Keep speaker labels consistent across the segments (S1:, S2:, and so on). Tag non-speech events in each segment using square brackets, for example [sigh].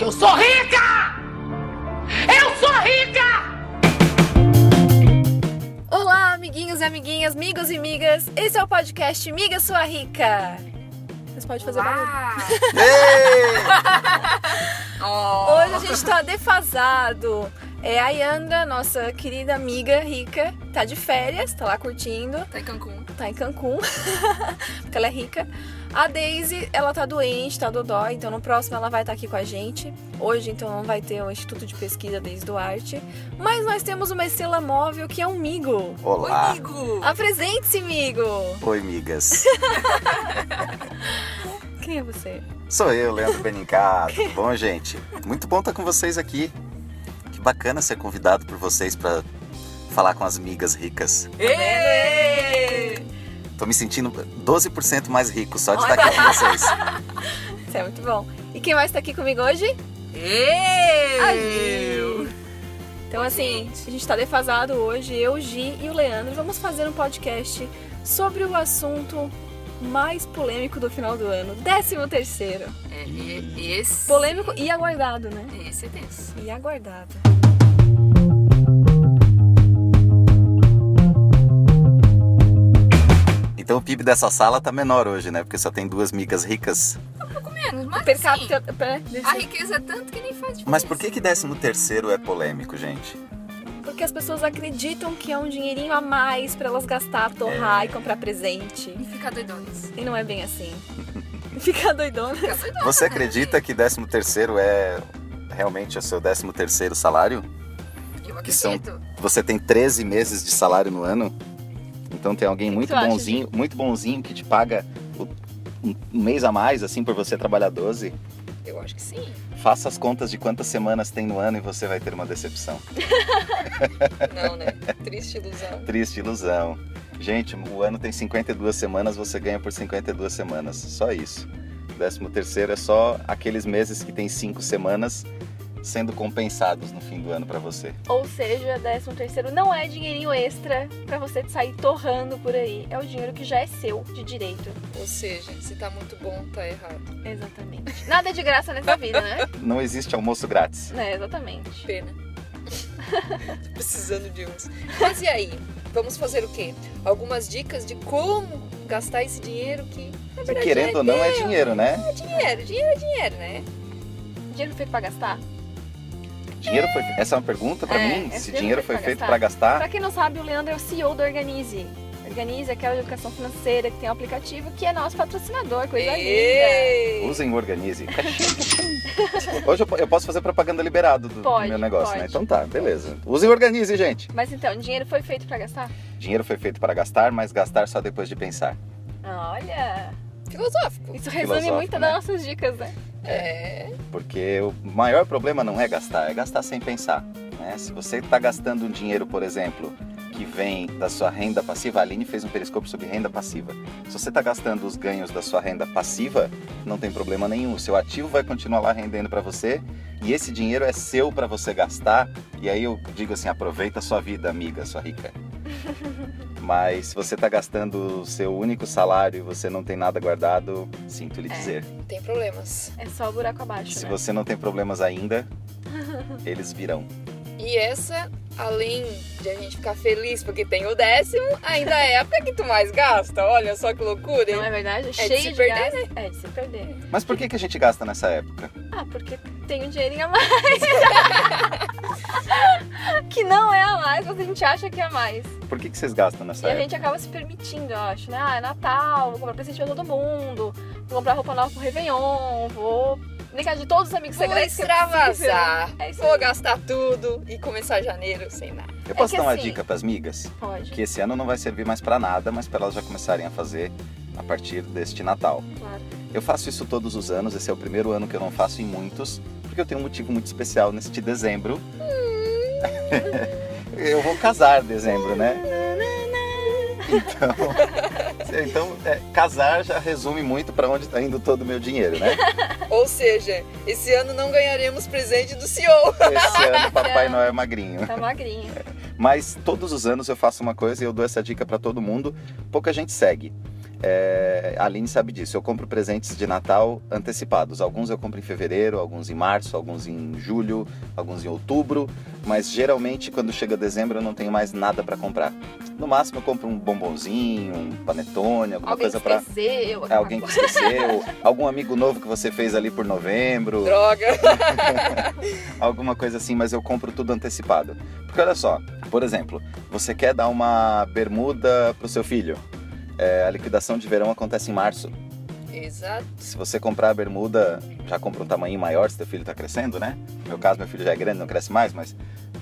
S1: Eu sou rica! Eu sou rica!
S2: Olá, amiguinhos e amiguinhas, amigos e migas. Esse é o podcast Miga Sua Rica. Vocês podem fazer barulho. [laughs] Hoje
S3: Oh.
S2: a gente tá defasado. É a Yandra, nossa querida amiga rica, tá de férias, tá lá curtindo,
S3: Tá em Cancún.
S2: tá em Cancún, [laughs] porque ela é rica. A Daisy, ela tá doente, tá dodói, então no próximo ela vai estar aqui com a gente. Hoje, então, não vai ter o Instituto de Pesquisa Daisy Duarte. Mas nós temos uma estrela móvel que é um migo.
S3: Oi,
S4: Olá.
S3: amigo!
S2: Apresente-se, migo!
S4: Oi, migas.
S2: Quem é você?
S4: Sou eu, Leandro Benincado. Tudo bom, gente? Muito bom estar com vocês aqui. Que bacana ser convidado por vocês para falar com as migas ricas.
S3: Ê!
S4: Tô me sentindo 12% mais rico só de estar aqui com vocês.
S2: Isso é muito bom. E quem mais tá aqui comigo hoje?
S3: Ê!
S2: Eu. Então, assim, a gente tá defasado hoje, eu, Gi e o Leandro. Vamos fazer um podcast sobre o assunto mais polêmico do final do ano, 13 terceiro.
S3: É, e- Esse.
S2: Polêmico e aguardado, né?
S3: Esse é tenso.
S2: E aguardado.
S4: Então o PIB dessa sala tá menor hoje, né? Porque só tem duas migas ricas.
S3: Menos, mas.
S2: Per
S3: Assim,
S2: capita... pera, deixa-
S3: a riqueza é tanto que nem faz diferença.
S4: Mas por que que 13 terceiro é polêmico, gente?
S2: Porque as pessoas acreditam que é um dinheirinho a mais pra elas gastar, torrar e comprar presente.
S3: E ficar doidones.
S2: E não é bem assim. [laughs] Fica doidona.
S3: Ficar doidona.
S4: Você acredita que 13 terceiro é realmente o seu 13 terceiro salário?
S3: Eu
S4: que são-
S3: acredito.
S4: Você tem 13 meses de salário no ano. Então tem alguém muito
S2: tu acha,
S4: bonzinho, muito bonzinho que te paga o- um um mês a mais, assim, por você trabalhar 12.
S3: Eu acho que sim.
S4: Faça as contas de quantas semanas tem no ano e você vai ter uma decepção.
S3: Não, né? [laughs] Triste ilusão.
S4: Triste ilusão. Gente, o ano tem 52 semanas, você ganha por 52 semanas. Só isso. Décimo terceiro é só aqueles meses que tem 5 semanas sendo compensados no fim do ano pra você.
S2: Ou seja, 13 terceiro não é dinheirinho extra pra você sair torrando por aí. É o dinheiro que já é seu, de direito.
S3: Ou seja, se tá muito bom, tá errado.
S2: Exatamente. Nada é de graça nessa vida, né?
S3: [laughs]
S4: Não existe almoço grátis.
S2: É, exatamente.
S4: [laughs]
S3: Pena. Tô precisando de uns. Mas e aí? Vamos fazer o quê? Algumas dicas de como gastar esse dinheiro que. Na
S4: E
S3: verdade,
S4: querendo
S3: é
S4: ou não, é
S3: teu.
S4: dinheiro, né?
S3: Dinheiro, dinheiro é dinheiro, né?
S2: Dinheiro feito pra gastar?
S4: Dinheiro foi essa é uma pergunta pra
S3: É,
S4: mim.
S2: esse
S4: Se dinheiro foi feito pra
S2: Pra
S4: gastar,
S2: quem não sabe, o Leandro é o CEO da Organize. Organize é aquela de educação financeira que tem um aplicativo que é nosso patrocinador, coisa linda.
S3: Ei!
S4: usem o organize. Hoje eu, po- eu posso fazer propaganda liberado do, do
S2: Pode,
S4: meu negócio,
S2: pode.
S4: né? Então tá, beleza. Usem o organize, gente.
S2: Mas então, dinheiro foi feito pra gastar?
S4: Dinheiro foi feito pra gastar, mas gastar só depois de pensar.
S2: Olha!
S3: Filosófico.
S2: Isso resume
S4: Filosófico,
S2: muito
S4: né?
S2: das nossas dicas, né?
S3: É.
S4: Porque o maior problema não é gastar, é gastar sem pensar. né? Se você está gastando um dinheiro, por exemplo, que vem da sua renda passiva, a Aline fez um periscopo sobre renda passiva. Se você está gastando os ganhos da sua renda passiva, não tem problema nenhum. O seu ativo vai continuar lá rendendo para você e esse dinheiro é seu para você gastar. E aí eu digo assim: aproveita a sua vida, amiga, sua rica. Mas se você está gastando o seu único salário e você não tem nada guardado, sinto lhe
S2: É.
S4: dizer.
S3: Tem problemas.
S2: É só buraco abaixo,
S4: Se
S2: né?
S4: você não tem problemas
S2: [laughs]
S4: ainda, eles virão.
S3: E essa, além de a gente ficar feliz porque tem o décimo, ainda é a época que tu mais gasta. Olha só que loucura.
S2: Não é verdade? É
S3: de
S2: cheio
S3: se
S2: de
S3: perder, né?
S2: gastos. É de se perder.
S4: Mas por que, que a gente gasta nessa época?
S2: Ah, porque tem um dinheirinho a mais. [laughs] que não é a mais, mas a gente acha que é a mais.
S4: Por que, que vocês gastam nessa
S2: E a
S4: época?
S2: gente acaba se permitindo, eu acho, né? Ah, é Natal, vou comprar presente pra todo mundo, vou comprar roupa nova pro Réveillon, vou ligar de todos os amigos
S3: Vou
S2: secretos. que é
S3: extravasar.
S2: possível. É isso
S3: Vou
S2: aí.
S3: gastar tudo e começar janeiro sem nada.
S4: Eu posso
S2: é que
S4: dar uma
S2: assim-
S4: dica para as migas?
S2: Pode,
S4: Que esse ano não vai servir mais para nada, mas para elas já começarem a fazer a partir deste Natal.
S2: claro.
S4: Eu faço isso todos os anos, esse é o primeiro ano que eu não faço em muitos, porque eu tenho um motivo muito especial neste dezembro.
S2: Hum.
S4: [laughs] eu vou casar em dezembro, né?
S2: [laughs]
S4: Então, então é, casar já resume muito para onde está indo todo o meu dinheiro, né?
S3: Ou seja, esse ano não ganharemos presente do CEO.
S4: Esse ano Papai Noel é magrinho.
S2: Tá magrinho.
S4: Mas todos os anos eu faço uma coisa e eu dou essa dica pra todo mundo. Pouca gente segue. É, a Aline sabe disso. Eu compro presentes de Natal antecipados. Alguns eu compro em fevereiro, alguns em março, alguns em julho, alguns em outubro. Mas geralmente, quando chega dezembro, eu não tenho mais nada para comprar. No máximo, eu compro um bombonzinho, um panetone, alguma
S2: Alguém
S4: coisa para
S2: esqueceu.
S4: é, alguém que esqueceu, algum amigo novo que você fez ali por novembro,
S3: Droga.
S4: alguma coisa assim, mas eu compro tudo antecipado. Porque olha só, por exemplo, você quer dar uma bermuda pro seu filho. É, a liquidação de verão acontece em março.
S3: Exato.
S4: Se você comprar a bermuda, já compra um tamanho maior se teu filho tá crescendo, né? No meu caso, meu filho já é grande, não cresce mais, mas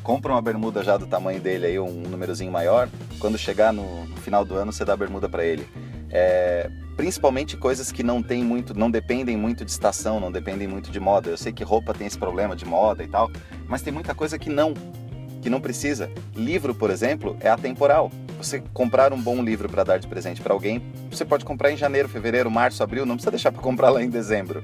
S4: compra uma bermuda já do tamanho dele aí, um númerozinho maior. Quando chegar no final do ano, você dá a bermuda para ele. É, principalmente coisas que não tem muito, não dependem muito de estação, não dependem muito de moda. Eu sei que roupa tem esse problema de moda e tal, mas tem muita coisa que não, que não precisa. Livro, por exemplo, é atemporal. Você comprar um bom livro para dar de presente para alguém você pode comprar em janeiro, fevereiro, março, abril, não precisa deixar para comprar lá em dezembro.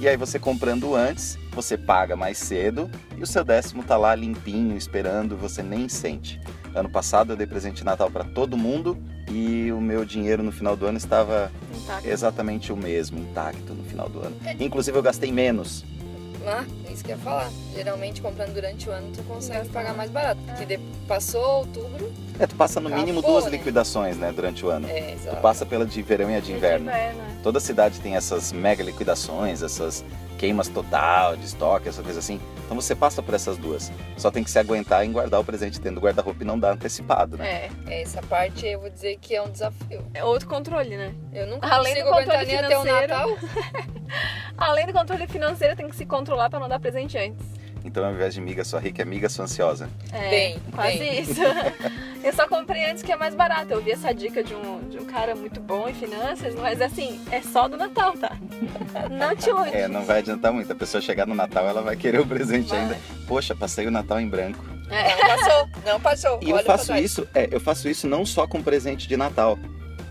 S4: E aí você comprando antes, você paga mais cedo e o seu décimo tá lá limpinho, esperando, e você nem sente. Ano passado eu dei presente de Natal para todo mundo e o meu dinheiro no final do ano estava exatamente o mesmo, intacto no final do ano. Inclusive eu gastei menos.
S3: Ah, é isso que eu ia falar. Geralmente, comprando durante o ano, tu consegue pagar mais barato. Porque de- passou outubro.
S4: É, tu passa no mínimo
S3: Acabou,
S4: duas
S3: né?
S4: liquidações, né, durante o ano.
S3: É,
S4: Tu
S3: exato.
S4: passa pela de verão e a de inverno.
S2: inverno.
S4: Toda cidade tem essas mega liquidações, essas queimas total de estoque, essa coisa assim. Então você passa por essas duas. Só tem que se aguentar em guardar o presente dentro do guarda-roupa e não dar antecipado, né?
S2: É.
S3: Essa parte eu vou dizer que é um desafio.
S2: É outro controle, né?
S3: Eu nunca
S2: Além do
S3: consigo aguentar
S2: controle
S3: nem até o
S2: financeiro.
S3: Natal.
S2: Além do controle financeiro, tem que se controlar pra não dar presente antes.
S4: Então ao invés de miga sua rica, é miga sua ansiosa.
S2: É,
S3: Bem,
S2: quase
S3: bem. [laughs]
S2: isso. Eu só comprei antes que é mais barato. Eu vi essa dica de um, de um cara muito bom em finanças, mas assim, é só do Natal,
S3: [laughs]
S2: tá? Não te ilude.
S4: É, não vai adiantar muito. A pessoa chegar no Natal, ela vai querer o presente
S3: Vai.
S4: ainda. Poxa, passei o Natal em branco.
S2: É.
S3: Não passou, não passou.
S4: E
S3: Olha
S4: eu
S3: pra
S4: faço
S3: trás.
S4: isso, é, eu faço isso não só com presente de Natal.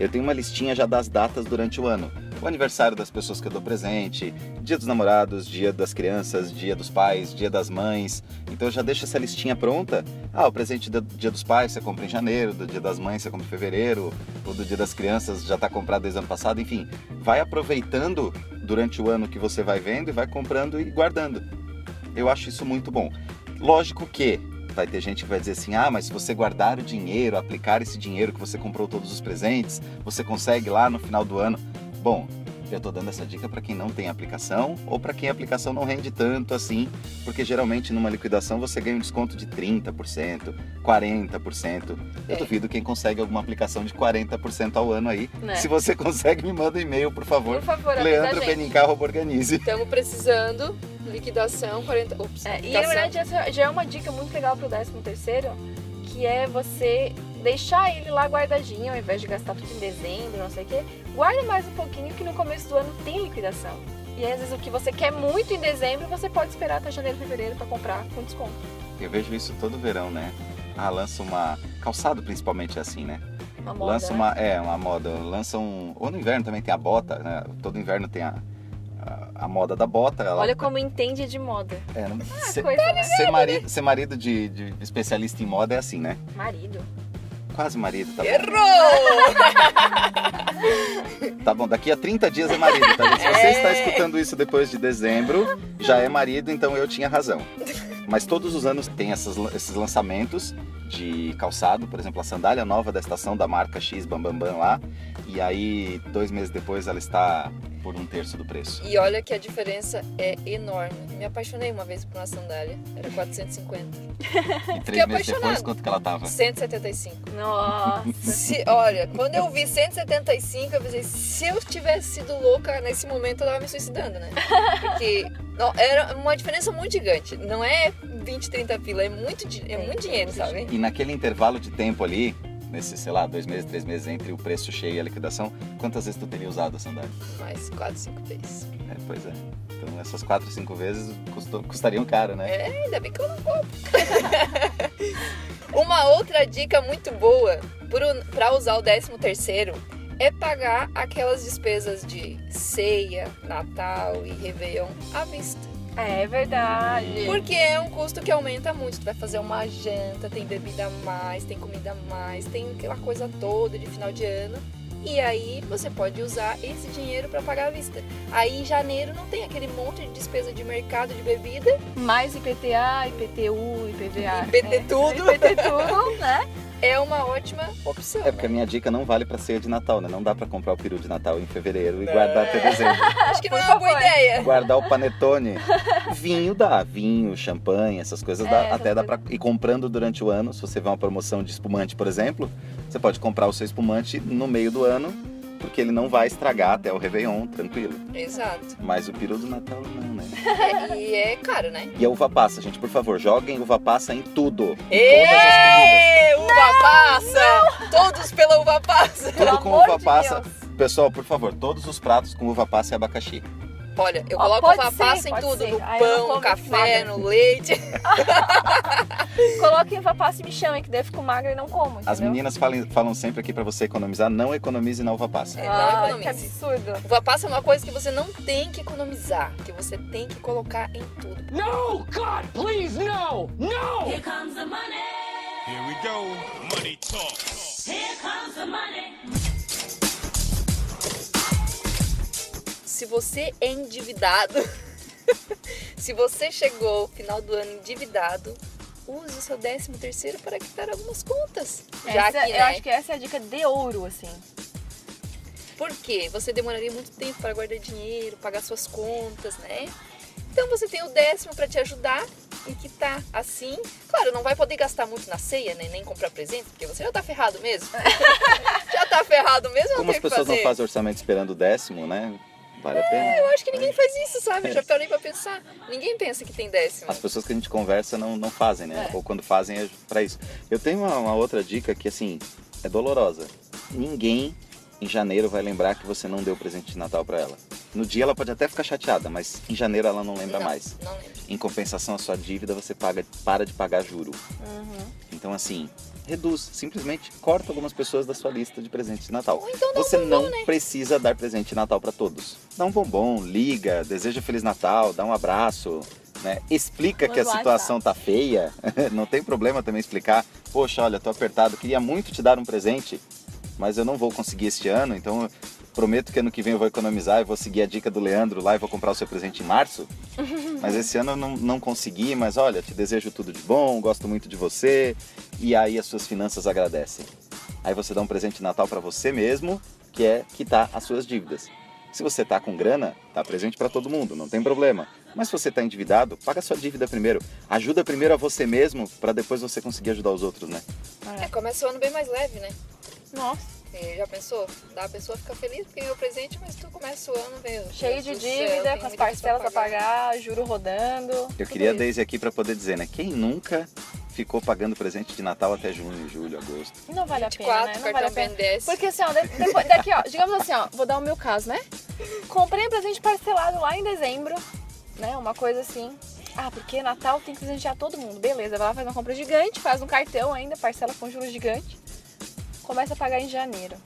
S4: Eu tenho uma listinha já das datas durante o ano. O aniversário das pessoas que eu dou presente, dia dos namorados, dia das crianças, dia dos pais, dia das mães. Então eu já deixo essa listinha pronta. Ah, o presente do dia dos pais você compra em janeiro, do dia das mães você compra em fevereiro, o do dia das crianças já está comprado desde o ano passado. Enfim, vai aproveitando durante o ano que você vai vendo e vai comprando e guardando. Eu acho isso muito bom. Lógico que vai ter gente que vai dizer assim: ah, mas se você guardar o dinheiro, aplicar esse dinheiro que você comprou todos os presentes, você consegue lá no final do ano. Bom, eu tô dando essa dica para quem não tem aplicação ou para quem a aplicação não rende tanto assim, porque geralmente numa liquidação você ganha um desconto de 30%, 40%. Eu
S3: É.
S4: duvido quem consegue alguma aplicação de 40% ao ano aí.
S2: Né?
S4: Se você [laughs] consegue, me manda um e-mail, por favor.
S2: Por favor, avisa a
S4: Leandro
S2: gente.
S4: Benincarro organize.
S3: Estamos precisando. Liquidação 40. Ups,
S2: É, e na
S3: liquidação.
S2: verdade essa já é uma dica muito legal pro 13 terceiro, que é você deixar ele lá guardadinho, ao invés de gastar tudo em dezembro, não sei o quê. Guarda mais um pouquinho que no começo do ano tem liquidação. E às vezes o que você quer muito em dezembro, você pode esperar até janeiro, fevereiro pra comprar com desconto.
S4: Eu vejo isso todo verão, né? Ah, lança uma. Calçado principalmente é assim, né?
S2: Uma moda,
S4: lança
S2: né?
S4: uma. É, uma moda. Lança um. Ou no inverno também tem a bota, né? Todo inverno tem a, a, a moda da bota. Ela,
S2: Olha como entende de moda. [laughs]
S4: É, não- ser,
S2: Coisa, né?
S4: ser marido, ser marido de, de especialista em moda é assim, né?
S2: Marido.
S4: Quase marido, tá bom.
S3: Errou!
S4: Tá bom, daqui a 30 dias é marido, tá? Se você
S3: É.
S4: está escutando isso depois de dezembro, já é marido, então eu tinha razão. Mas todos os anos tem essas- esses lançamentos de calçado, por exemplo, a sandália nova da estação da marca X Bambambam lá, e aí dois meses depois ela está por um terço do preço.
S3: E olha que a diferença é enorme. Me apaixonei uma vez por uma sandália. Era 450.
S4: E três meses
S3: apaixonada.
S4: depois, quanto que ela tava?
S3: 175.
S2: Nossa.
S3: Se, olha, quando eu vi 175, eu pensei, se eu tivesse sido louca nesse momento, eu tava me suicidando, né? Porque não, era uma diferença muito gigante. Não é 20, 30 pila, é muito, di- é
S2: É,
S3: muito
S2: é
S3: dinheiro,
S2: muito
S3: sabe?
S4: E naquele intervalo de tempo ali, nesse, sei lá, dois meses, três meses entre o preço cheio e a liquidação, quantas vezes tu teria usado a sandália?
S3: Mais 4, 5 vezes.
S4: É, pois é. Então essas quatro, cinco vezes custou, custariam caro, né?
S3: É, ainda bem que eu não compro. [laughs] Uma outra dica muito boa pro- pra usar o 13 terceiro é pagar aquelas despesas de ceia, Natal e Réveillon à vista.
S2: É
S4: [laughs]
S2: verdade.
S3: Porque é um custo que aumenta muito. Tu vai fazer uma janta, tem bebida a mais, tem comida a mais, tem aquela coisa toda de final de ano. E aí você pode usar esse dinheiro para pagar à vista. Aí em janeiro não tem aquele monte de despesa de mercado de bebida,
S2: Mais IPTA, IPTU, IPVA.
S3: IPT
S2: né?
S3: tudo.
S2: IPT tudo,
S4: [laughs]
S2: né?
S3: é uma ótima opção.
S4: É porque a minha dica não vale pra ceia de Natal, né? Não dá pra comprar o peru de Natal em fevereiro e
S3: Não.
S4: guardar até dezembro.
S3: Acho que não
S2: Por
S3: é uma boa
S2: favor.
S3: ideia.
S4: guardar o panetone. Vinho dá, vinho, champanhe, essas coisas
S2: É,
S4: dá,
S2: essas
S4: até dá pra ir comprando durante o ano. Se você vê uma promoção de espumante, por exemplo, você pode comprar o seu espumante no meio do ano, porque ele não vai estragar até o Réveillon, tranquilo.
S3: Exato.
S4: Mas o peru do Natal não, né?
S3: É, e é caro,
S2: [laughs]
S3: né?
S4: E a uva passa, gente, por favor, joguem uva passa em tudo. Em todas as comidas.
S3: Ê, uva passa! Todos pela uva passa!
S4: Tudo
S2: Pelo
S4: com
S2: amor
S4: uva
S2: de
S4: passa.
S2: Deus.
S4: Pessoal, por favor, todos os pratos com uva passa e abacaxi.
S3: Olha, eu
S2: Ó,
S3: coloco
S2: pode
S3: uva
S2: ser,
S3: passa em
S2: pode
S3: tudo:
S2: ser.
S3: no
S2: Aí eu
S3: pão,
S2: como
S3: no café,
S2: nada.
S3: no leite. [laughs]
S2: Coloquem uva passa e me chamem, que daí eu fico magra e não como, entendeu?
S4: As meninas falam, falam sempre aqui pra você economizar, não economize na uva passa.
S3: É. não
S2: Ah, que
S3: economize.
S2: absurdo.
S3: Uva passa é uma coisa que você não tem que economizar, que você tem que colocar em tudo.
S1: No, God, please, no! No! Here comes the money!
S5: Here we go. Money talk.
S1: Here comes the money!
S3: Se você é endividado, [laughs] se você chegou ao final do ano endividado, use o seu 13 terceiro para quitar algumas contas. Já
S2: Essa-
S3: que,
S2: eu
S3: né?
S2: acho que essa é a dica de ouro, assim.
S3: Porque você demoraria muito tempo para guardar dinheiro, pagar suas contas, né? Então você tem o décimo para te ajudar e que tá assim. Claro, não vai poder gastar muito na ceia, né? Nem comprar presente, porque você já tá ferrado
S2: [laughs]
S3: mesmo. já tá ferrado mesmo,
S4: Como
S3: não
S4: as
S3: tem o que
S4: pessoas
S3: fazer.
S4: não fazem orçamento esperando o décimo, né? Vale a pena.
S3: Eu acho que ninguém faz isso,
S4: É.
S3: sabe? Eu já parei pra pensar. Ninguém pensa que tem décimo.
S4: As pessoas que a gente conversa não, não fazem, né?
S2: É.
S4: Ou quando fazem é pra isso. Eu tenho uma, uma outra dica que, assim, é dolorosa. Ninguém em janeiro vai lembrar que você não deu presente de Natal pra ela. No dia ela pode até ficar chateada, mas em janeiro ela não lembra
S3: não,
S4: mais.
S3: Não lembro.
S4: Em compensação, a sua dívida você paga, para de pagar juro.
S3: Uhum.
S4: Então, assim, reduz. Simplesmente corta algumas pessoas da sua lista de presentes de Natal.
S3: Ou então dá um
S4: Você
S3: bombom,
S4: não precisa dar presente de Natal para todos. Dá um bombom, liga, deseja Feliz Natal, dá um abraço, né? Explica
S2: Manda
S4: que a
S2: um
S4: situação tá feia. [laughs] não tem problema também explicar. Poxa, olha, tô apertado, queria muito te dar um presente, mas eu não vou conseguir este ano, então eu prometo que ano que vem eu vou economizar e vou seguir a dica do Leandro lá e vou comprar o seu presente em março. Mas esse ano eu não, não consegui, mas olha, te desejo tudo de bom, gosto muito de você. E aí as suas finanças agradecem. Aí você dá um presente de Natal para você mesmo, que é quitar as suas dívidas. Se você tá com grana, dá presente para todo mundo, não tem problema. Mas se você tá endividado, paga sua dívida primeiro. Ajuda primeiro a você mesmo, para depois você conseguir ajudar os outros, né?
S3: É, começa o ano bem mais leve, né?
S2: Nossa,
S3: E já pensou? Dá a pessoa fica feliz porque ganhou presente, mas tu começa o ano, meu.
S2: cheio
S3: Deus
S2: de
S3: do céu, tem
S2: dívida, com
S3: muita
S2: as
S3: coisa
S2: parcelas pra pagar, juro rodando.
S4: Eu
S2: tudo
S4: queria a
S2: isso.
S4: Daisy aqui para poder dizer, né? Quem nunca ficou pagando presente de Natal até junho, julho, agosto?
S2: Não vale a pena,
S3: 24,
S2: né? Não vale a
S3: cartão
S2: pena.
S3: BNDES.
S2: Porque assim, ó, de- depois- daqui, ó, digamos assim, ó, vou dar o meu caso, né? Comprei um presente parcelado lá em dezembro, né? Uma coisa assim. Ah, porque Natal tem que presentear todo mundo. Beleza, vai lá, faz uma compra gigante, faz um cartão ainda, parcela com juros gigante. Começa a pagar em janeiro.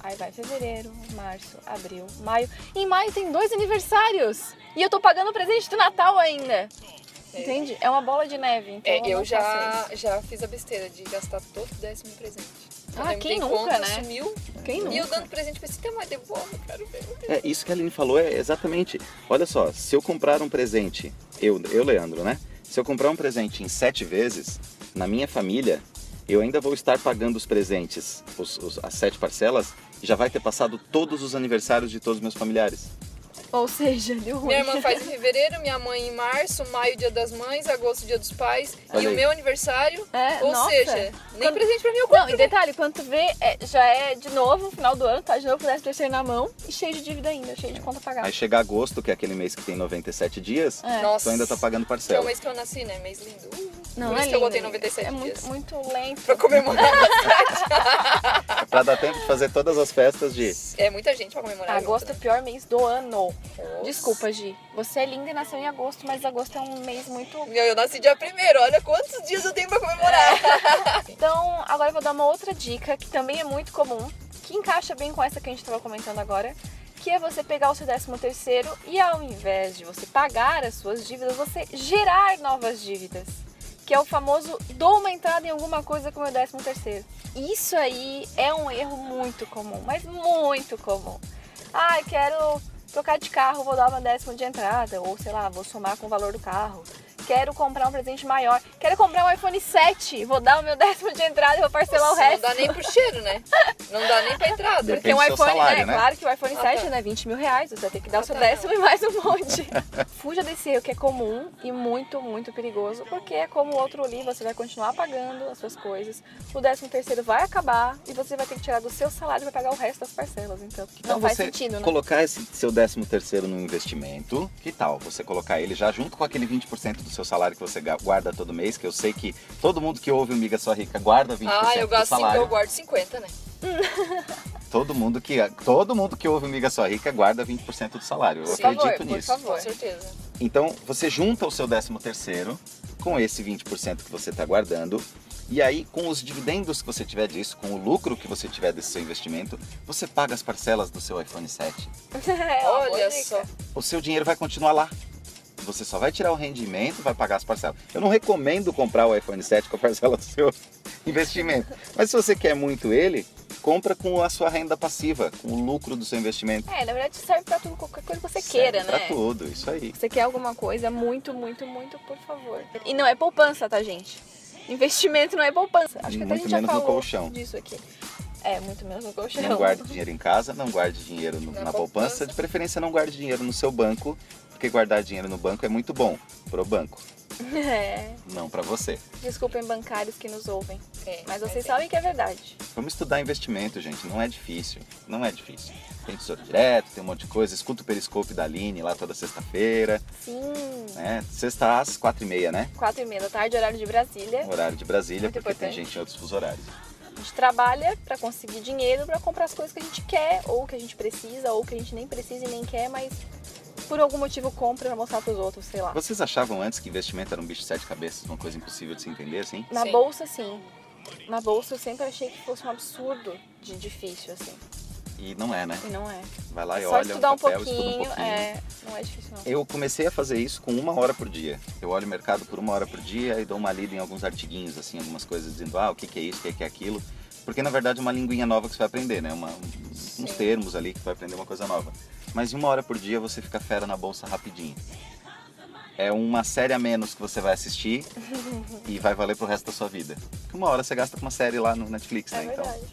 S2: Aí vai fevereiro, março, abril, maio. Em maio tem dois aniversários! E eu tô pagando presente do Natal ainda. Entende? É uma bola de neve. Então
S3: É, eu
S2: não
S3: já,
S2: faço isso.
S3: já fiz a besteira de gastar todo o décimo em presente. Eu
S2: Ah,
S3: lembro,
S2: quem
S3: tem
S2: nunca,
S3: conta,
S2: né?
S3: Sumiu,
S2: Quem
S3: e eu
S2: nunca?
S3: dando presente pra esse tema, devolve, cara. eu pergunto.
S4: É, isso que a Aline falou é exatamente. Olha só, se eu comprar um presente, eu, eu Leandro, né? Se eu comprar um presente em sete vezes, na minha família, eu ainda vou estar pagando os presentes, os- os- as sete parcelas, e já vai ter passado todos os aniversários de todos os meus familiares.
S2: Ou seja, deu ruim.
S3: Minha irmã faz em fevereiro, minha mãe em março, maio, dia das mães, agosto, dia dos pais, e
S4: Olha
S3: o
S4: aí.
S3: meu aniversário.
S2: É,
S3: Ou
S2: nossa.
S3: seja, nem
S2: Quando-
S3: presente pra mim eu
S2: Não,
S3: compro.
S2: e detalhe, quando tu vê, é, já é de novo, final do ano, tá de novo com o 13 terceiro na mão e cheio de dívida ainda, cheio de conta
S4: Aí
S2: pagada.
S4: chega agosto, que é aquele mês que tem 97 dias,
S2: Tá. É.
S4: tu
S3: Nossa,
S4: ainda tá pagando
S3: que é o
S4: parcela.
S3: mês que eu nasci, né? Mês lindo. Uh,
S2: Não,
S3: Por
S2: é
S3: isso que
S2: lindo,
S3: eu botei
S2: amiga.
S3: 97
S2: É
S3: dias.
S2: muito, muito lento.
S3: Pra comemorar.
S4: Pra dar tempo de fazer todas as festas de.
S3: é muita gente pra comemorar.
S2: Agosto é o
S3: junto,
S2: pior mês do ano.
S3: né?
S2: Desculpa, Gi. Você é linda e nasceu em agosto, mas agosto é um mês muito.
S3: Meu, eu nasci dia primeiro, olha quantos dias eu tenho pra comemorar.
S2: Então, agora eu vou dar uma outra dica que também é muito comum, que encaixa bem com essa que a gente tava comentando agora, que é você pegar o seu 13 terceiro e ao invés de você pagar as suas dívidas, você gerar novas dívidas. Que é o famoso dou uma entrada em alguma coisa com o meu 13 terceiro. Isso aí é um erro muito comum, mas muito comum. Ai, quero trocar de carro, vou dar uma décima de entrada, ou sei lá, vou somar com o valor do carro. Quero comprar um presente maior, quero comprar um iPhone 7, vou dar o meu décimo de entrada e vou parcelar o
S3: Nossa,
S2: resto.
S3: Não dá nem pro cheiro, né? Não dá nem pra entrada.
S4: Depende do seu salário,
S2: é,
S4: né?
S2: claro que o iPhone
S3: Ah,
S2: 7
S3: tá.
S2: não é 20 mil reais, você vai ter que dar o seu
S3: tá,
S2: décimo e mais um
S4: [laughs]
S2: monte. Fuja desse erro que é comum e muito, muito perigoso, porque é como o outro ali, você vai continuar pagando as suas coisas, o décimo terceiro vai acabar e você vai ter que tirar do seu salário para pagar o resto das parcelas, então não faz
S4: você
S2: sentido, né?
S4: colocar esse seu 13 terceiro no investimento, que tal você colocar ele já junto com aquele 20% do seu salário que você ga- guarda todo mês, que eu sei que todo mundo que ouve o Miga Só Rica guarda 20%
S3: Ah, eu
S2: assim,
S4: do
S3: gasto 5,
S4: salário.
S3: eu guardo 50, né?
S4: Todo mundo que todo mundo que ouve o Miga Só Rica guarda 20% do salário. Eu
S3: Por
S2: favor, por
S4: acredito nisso.
S2: favor.
S3: Com certeza.
S4: Então, você junta o seu 13 terceiro com esse 20% que você está guardando, e aí com os dividendos que você tiver disso, com o lucro que você tiver desse seu investimento, você paga as parcelas do seu iPhone 7.
S2: [laughs] É uma boa
S3: Olha
S2: dica.
S3: só.
S4: O seu dinheiro vai continuar lá. Você só vai tirar o rendimento, vai pagar as parcelas. Eu não recomendo comprar o iPhone 7 com a parcela do seu [laughs] investimento. Mas se você quer muito ele, compra com a sua renda passiva, com o lucro do seu investimento.
S2: É, na verdade serve pra tudo, qualquer coisa que você queira,
S4: Serve
S2: né?
S4: Pra tudo, isso aí.
S2: Você quer alguma coisa, muito, muito, muito, por favor. E não é poupança, tá, gente? Investimento não é poupança. Acho que até a
S4: Muito
S2: gente já
S4: menos no
S2: falou
S4: colchão.
S2: disso aqui. É, muito menos no colchão.
S4: Não guarde dinheiro em casa, não guarde dinheiro no- na,
S3: Na
S4: poupança.
S3: poupança.
S4: De preferência, não guarde dinheiro no seu banco, porque guardar dinheiro no banco é muito bom pro banco,
S2: [laughs] É.
S4: não pra você.
S2: Desculpem bancários que nos ouvem,
S3: É,
S2: mas vocês
S3: é.
S2: sabem que é verdade.
S4: Vamos estudar investimento, gente. Não é difícil. Não é difícil. Tem tesouro direto, tem um monte de coisa. Escuta o Periscope da Aline lá toda sexta-feira.
S2: Sim.
S4: Né? Sexta às quatro e meia, né?
S2: Quatro e meia da tarde, horário de Brasília.
S4: Horário de Brasília,
S2: É. Muito
S4: porque tem
S2: importante.
S4: gente em outros fusos horários.
S2: A gente trabalha pra conseguir dinheiro pra comprar as coisas que a gente quer, ou que a gente precisa, ou que a gente nem precisa e nem quer, mas por algum motivo compra pra mostrar pros outros, sei lá.
S4: Vocês achavam antes que investimento era um bicho de sete cabeças, uma coisa impossível de se entender, assim?
S2: Na
S3: Sim.
S2: bolsa, sim. Na bolsa eu sempre achei que fosse um absurdo de difícil, assim.
S4: E não é, né?
S2: E não é.
S4: Vai lá e
S2: Só
S4: olha
S2: estudar
S4: um papel, estuda um
S2: pouquinho,
S4: pouquinho.
S2: é. Não é difícil, não.
S4: Eu comecei a fazer isso com uma hora por dia. Eu olho o mercado por uma hora por dia e dou uma lida em alguns artiguinhos, assim, algumas coisas, dizendo, ah, o que, que é isso, o que, que é aquilo. Porque, na verdade, é uma linguinha nova que você vai aprender, né? Uma- uns uns termos ali que vai aprender uma coisa nova. Mas em uma hora por dia você fica fera na bolsa rapidinho. É uma série a menos que você
S2: [laughs]
S4: vai assistir e vai valer pro resto da sua vida. Porque uma hora você gasta com uma série lá no Netflix,
S2: É
S4: né? Então,
S2: verdade.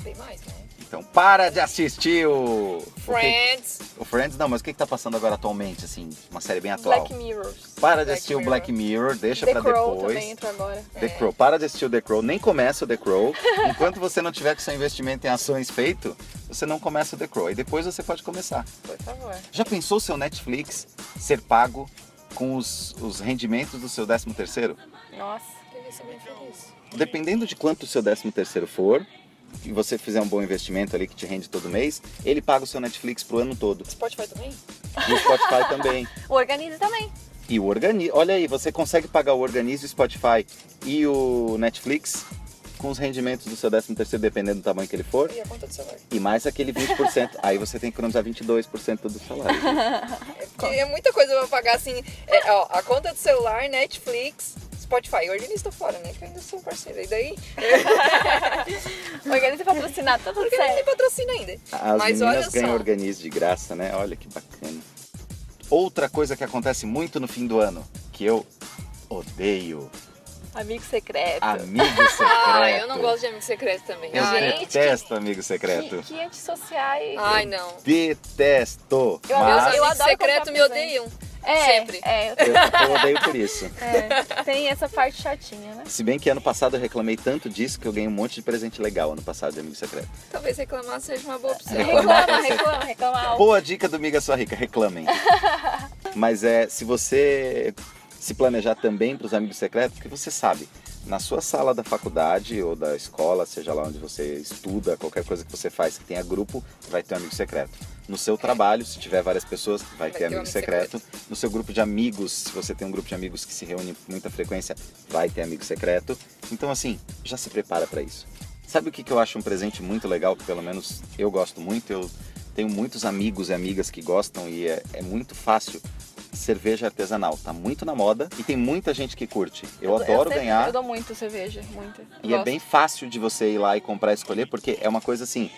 S3: Bem mais, né?
S4: então para de assistir o... o que-
S3: Friends.
S4: o Friends, não, mas o que, que tá passando agora atualmente, assim? Uma série bem atual.
S2: Black Mirrors.
S4: Para de
S3: Black
S4: assistir o
S3: Mirror.
S4: Black Mirror, deixa
S2: The
S4: pra
S2: Crow
S4: depois.
S2: também É. entra agora.
S4: The Crow, para de assistir o The Crow, nem começa o The Crow. [laughs] Enquanto você não tiver com seu investimento em ações feito, você não começa o The Crow. E depois você pode começar.
S2: Por favor.
S4: Já pensou seu Netflix ser pago com os, os rendimentos do seu 13 terceiro?
S2: Nossa.
S3: Eu ia ser bem feliz.
S4: Dependendo de quanto o seu 13 terceiro for, e você fizer um bom investimento ali que te rende todo mês, ele paga o seu Netflix pro ano todo.
S3: Spotify também?
S4: E o Spotify [laughs] também.
S2: O Organize também.
S4: E o organi... Olha aí, você consegue pagar o Organize, o Spotify e o Netflix com os rendimentos do seu 13 terceiro, dependendo do tamanho que ele for,
S3: E a conta do celular.
S4: e mais aquele
S3: [laughs]
S4: 20%. aí você tem que economizar 22% do salário.
S3: É, porque é muita coisa pra pagar, assim. É, ó, a conta do celular, Netflix, Spotify. Hoje eu nem estou fora, né? Que eu ainda sou parceira. E daí,
S2: O Organize patrocinado, tá tudo
S3: porque ele me
S2: certo.
S3: patrocina ainda.
S4: As
S3: Mas olha
S4: meninas
S3: só.
S4: ganham Organize de graça, né? Olha que bacana. Outra coisa que acontece muito no fim do ano, que eu odeio,
S2: Amigo
S3: [laughs]
S2: secreto.
S4: amigo secreto.
S3: Ah, eu não gosto de amigo secreto também.
S4: Eu
S3: Ai,
S2: gente,
S4: detesto amigo
S2: que,
S4: secreto.
S3: [laughs]
S2: que antissociais.
S3: ai, não.
S4: Detesto.
S2: Eu
S3: Meus
S4: mas
S2: eu
S3: amigos
S2: adoro
S3: secretos
S2: comprar
S3: me odeiam.
S2: é,
S3: sempre.
S2: É,
S4: eu- eu odeio por isso.
S2: é. Tem essa parte chatinha, né?
S4: Se bem que ano passado eu reclamei tanto disso que eu ganhei um monte de presente legal ano passado de amigo secreto.
S3: Talvez reclamar seja uma boa opção.
S2: Reclama, reclama, reclama alto.
S4: Boa dica do Miga Sua Rica, [laughs] reclamem. Mas é, se você se planejar também para os amigos secretos, porque você sabe, na sua sala da faculdade ou da escola, seja lá onde você estuda, qualquer coisa que você faz que tenha grupo, vai ter um amigo secreto. No seu trabalho, se tiver várias pessoas, vai, ter, um amigo secreto. No seu grupo de amigos, se você tem um grupo de amigos que se reúne com muita frequência, vai ter amigo secreto. Então, assim, já se prepara para isso. Sabe o que, que eu acho um presente muito legal, que pelo menos eu gosto muito? Eu tenho muitos amigos e amigas que gostam e é, é muito fácil cerveja artesanal. Tá muito na moda e tem muita gente que curte. Eu, adoro
S2: sempre-
S4: ganhar.
S2: Eu dou muito cerveja, muita.
S4: E é
S2: Gosto.
S4: bem fácil de você ir lá e comprar e escolher, porque é uma coisa assim.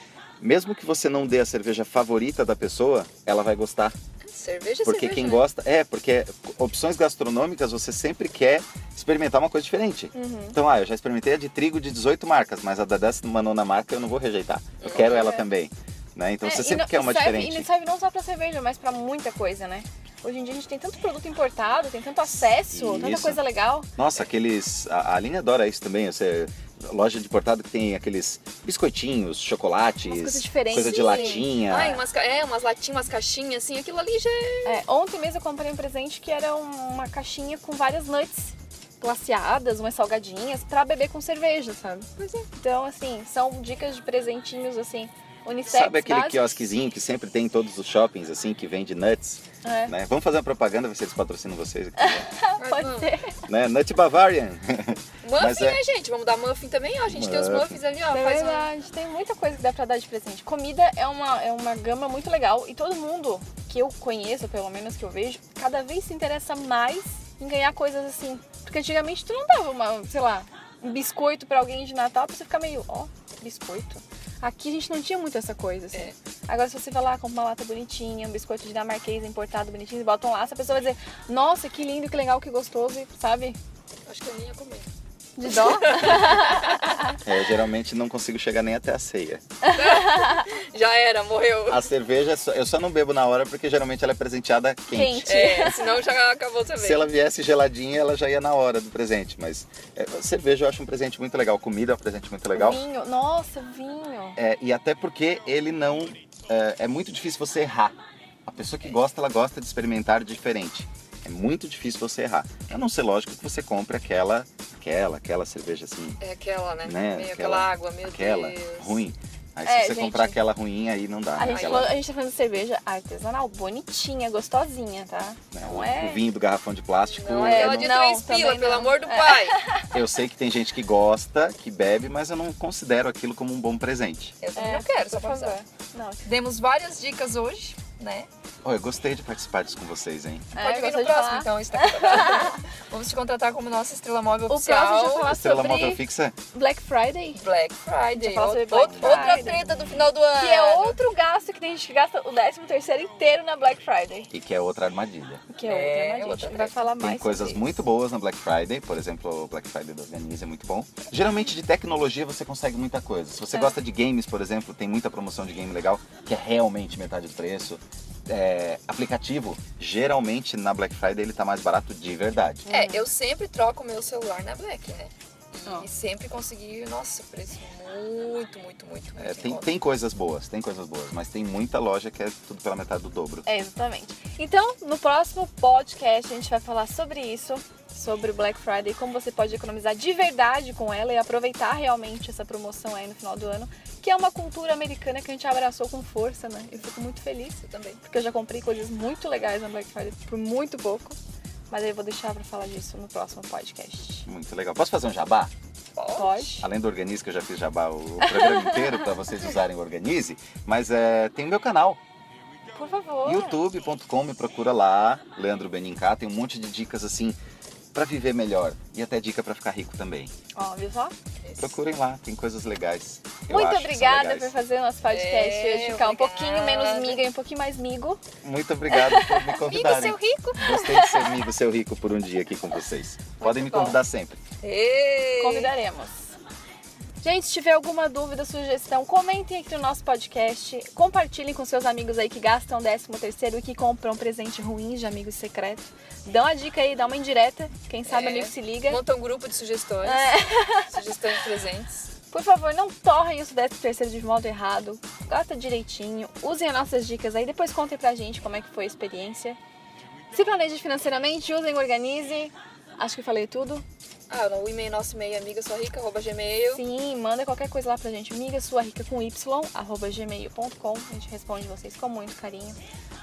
S4: Mesmo que você não dê a cerveja favorita da pessoa, ela vai gostar.
S3: Cerveja é
S4: Porque
S3: cerveja,
S4: quem
S3: né?
S4: gosta. É, porque opções gastronômicas você sempre quer experimentar uma coisa diferente.
S2: Uhum.
S4: Então, ah, eu já experimentei a de trigo de 18 marcas, mas a da 19 nona marca eu não vou rejeitar. Eu quero ela também. Né? Então
S2: É,
S4: você
S2: e
S4: sempre
S2: não-
S4: quer
S2: e
S4: uma
S2: serve, E
S4: diferente.
S2: serve não só pra cerveja, mas pra muita coisa, né? Hoje em dia a gente tem tanto produto importado, tem tanto acesso, tanta
S4: Isso.
S2: coisa legal.
S4: Nossa, aqueles. A, a Aline adora isso também. Você, loja de portado que tem aqueles biscoitinhos, chocolates,
S2: Umas coisas diferentes.
S4: coisa de
S2: Sim.
S4: latinha.
S3: Ai, umas, ca- é, umas latinhas, umas caixinhas, assim, aquilo ali já é.
S2: É, ontem mesmo eu comprei um presente que era um- uma caixinha com várias nuts glaciadas, umas salgadinhas, pra beber com cerveja, sabe?
S4: é.
S2: Então, assim, são dicas de presentinhos, assim, unissex
S4: Sabe aquele
S2: básicos.
S4: quiosquezinho que é sempre tem em todos os shoppings, assim, que vende nuts?
S2: É.
S4: Né? Vamos fazer uma propaganda, ver se eles patrocinam vocês aqui. [laughs] né?
S3: Uhum.
S2: Pode ser.
S4: né?
S2: [laughs]
S4: Nut Bavarian. Mas
S3: Muffin,
S4: é-
S3: né, gente? Vamos dar muffin também, ó. A gente tem os
S4: Muffin.
S3: muffins ali, ó.
S2: É
S3: faz um...
S2: verdade, tem muita coisa que dá pra dar de presente. Comida é uma, é uma gama muito legal e todo mundo que eu conheço, pelo menos que eu vejo, cada vez se interessa mais em ganhar coisas assim. Porque antigamente tu não dava uma, sei lá, um biscoito pra alguém de Natal pra você ficar meio, ó, biscoito. Aqui a gente não tinha muito essa coisa, assim.
S3: É.
S2: Agora se você vai lá, compra uma lata bonitinha, um biscoito dinamarquês importado bonitinho, e botam lá, essa pessoa vai dizer, nossa, que lindo, que legal, que gostoso, e, sabe?
S3: Acho que eu nem ia comer.
S2: De dó. [laughs]
S4: É, eu geralmente não consigo chegar nem até a ceia.
S3: Já era, morreu.
S4: A cerveja, só- eu só não bebo na hora porque geralmente ela é presenteada quente.
S2: Quente.
S3: É, senão já acabou também.
S4: Se ela viesse geladinha, ela já ia na hora do presente. Mas é, cerveja eu acho um presente muito legal. Comida é um presente muito legal.
S2: Vinho, nossa, vinho.
S4: É, e até porque ele não. É, é muito difícil você errar. A pessoa que gosta, ela gosta de experimentar diferente. É muito difícil você errar. A não ser, lógico, que você compre aquela, aquela, aquela cerveja assim,
S3: É aquela, né?
S4: Né,
S3: Meio aquela,
S4: aquela-
S3: água, meu
S4: aquela,
S3: Deus.
S4: ruim. Aí
S2: É,
S4: se você
S2: gente.
S4: comprar aquela ruim, aí não dá.
S2: A
S4: né?
S2: gente,
S4: Aquela-
S2: falou- a gente tá falando de cerveja artesanal, bonitinha, gostosinha, tá?
S4: né,
S2: Não
S4: o,
S2: é.
S4: o vinho do garrafão de plástico.
S3: Não,
S4: eu,
S3: é
S2: ela
S3: de
S2: não,
S3: três
S2: também
S3: pila,
S2: não.
S3: pelo amor do
S2: É.
S3: pai.
S4: não- eu sei que tem gente que gosta, que bebe, mas eu não considero aquilo como um bom presente.
S3: Eu também não quero, só pra
S2: É. por
S3: avisar.
S2: favor. Não, tipo,
S3: Demos várias dicas hoje, né?
S4: Oh, eu gostei de participar disso com vocês, hein?
S3: Pode
S2: é,
S3: vir
S2: gostou
S3: no
S2: de
S3: próximo,
S2: falar?
S3: então. isso tá contratado. Vamos te contratar como nossa estrela móvel
S2: O
S3: oficial.
S2: próximo a gente vai falar
S4: Estrela
S2: Tá sobre
S4: móvel fixa?
S2: Black Friday,
S3: Black Friday.
S2: falar sobre
S3: Out-
S2: Black
S3: Outra
S2: Friday.
S3: treta do final do ano.
S2: que é outro gasto que tem gente que gasta o 13 terceiro inteiro na Black Friday.
S4: E que é outra armadilha.
S2: Que é outra,
S3: É,
S2: né, gente?
S3: outra
S2: A gente vai
S3: treta.
S2: falar mais
S4: Tem coisas
S2: sobre
S4: muito boas na Black Friday, por exemplo, o Black Friday do Organize é muito bom. Geralmente de tecnologia você consegue muita coisa. Se você
S2: É.
S4: gosta de games, por exemplo, tem muita promoção de game legal, que é realmente metade do preço. É, aplicativo, geralmente na Black Friday ele tá mais barato de verdade.
S3: É, eu sempre troco meu celular na Black, né? E
S2: Uhum. Ó.
S3: sempre consegui, nossa, preço muito, muito, muito, muito.
S4: É,
S3: em
S4: tem,
S3: conta.
S4: tem coisas boas, tem coisas boas, mas tem muita loja que é tudo pela metade do dobro.
S2: É, exatamente. Então, no próximo podcast, a gente vai falar sobre isso, sobre o Black Friday, como você pode economizar de verdade com ela e aproveitar realmente essa promoção aí no final do ano, que é uma cultura americana que a gente abraçou com força, né? Eu fico muito feliz também, porque eu já comprei coisas muito legais na Black Friday por muito pouco, mas aí eu vou deixar pra falar disso no próximo podcast.
S4: Muito legal. Posso fazer um jabá?
S2: Pode?
S4: Além do Organize, que eu já fiz jabá o programa inteiro para vocês usarem o Organize, mas é, tem o meu canal,
S2: Por favor.
S4: youtube.com, me procura lá, Leandro Beninká, tem um monte de dicas assim para viver melhor e até dica para ficar rico também.
S2: Ó, viu só?
S4: Procurem lá, tem coisas legais. eu acho
S2: Muito
S4: que são
S2: obrigada
S4: legais.
S2: por fazer o nosso podcast
S3: É,
S2: hoje, ficar um
S3: obrigada.
S2: pouquinho menos miga e um pouquinho mais migo.
S4: Muito obrigado por me
S3: Amigo
S4: convidarem.
S3: seu rico.
S4: Gostei de ser amigo, seu rico, por um dia aqui com vocês. Podem me
S2: bom.
S4: convidar sempre.
S3: Ei.
S2: Convidaremos. Gente, se tiver alguma dúvida, sugestão, comentem aqui no nosso podcast. Compartilhem com seus amigos aí que gastam 13 terceiro e que compram um presente ruim de amigo secreto. Dá uma dica aí, dá uma indireta. Quem sabe
S3: É.
S2: amigo se liga.
S3: Monta um grupo de sugestões.
S2: É.
S3: Sugestões de presentes.
S2: Por favor, não torrem o 13 terceiro de modo errado. Gasta direitinho. Usem as nossas dicas aí. Depois contem pra gente como é que foi a experiência. Se planejem financeiramente, usem, organizem. Acho que eu falei tudo.
S3: Ah, no e-mail, nosso e-mail, amiga sua rica, arroba gmail.
S2: Sim, manda qualquer coisa lá pra gente. Miga sua rica com y, arroba gmail.com. A gente responde vocês com muito carinho.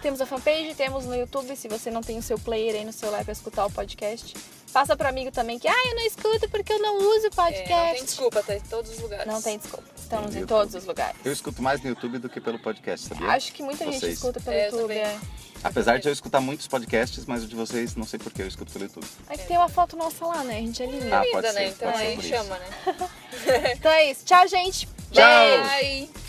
S2: Temos a fanpage, temos no YouTube. Se você não tem o seu player aí no celular pra escutar o podcast, passa pro amigo também que, ah, eu não escuto porque eu não uso
S3: É, não tem
S2: podcast.
S3: desculpa, tá em todos os lugares.
S2: não tem desculpa. Estamos em
S4: YouTube.
S2: todos os lugares.
S4: Eu escuto mais no YouTube do que pelo podcast, sabia?
S2: Acho que muita gente
S4: Vocês.
S2: escuta pelo
S3: É, eu
S2: YouTube.
S3: também.
S2: É.
S4: Apesar de eu escutar muitos podcasts, mas o de vocês, não sei porquê, eu escuto pelo YouTube.
S2: É que tem uma foto nossa lá, né? A gente é linda.
S4: Ah, pode
S3: Vida, né?
S4: ser,
S3: Então
S4: pode ser
S3: aí
S4: por isso.
S3: chama, né?
S2: Então é isso. Tchau, gente.
S4: Tchau!
S3: Bye.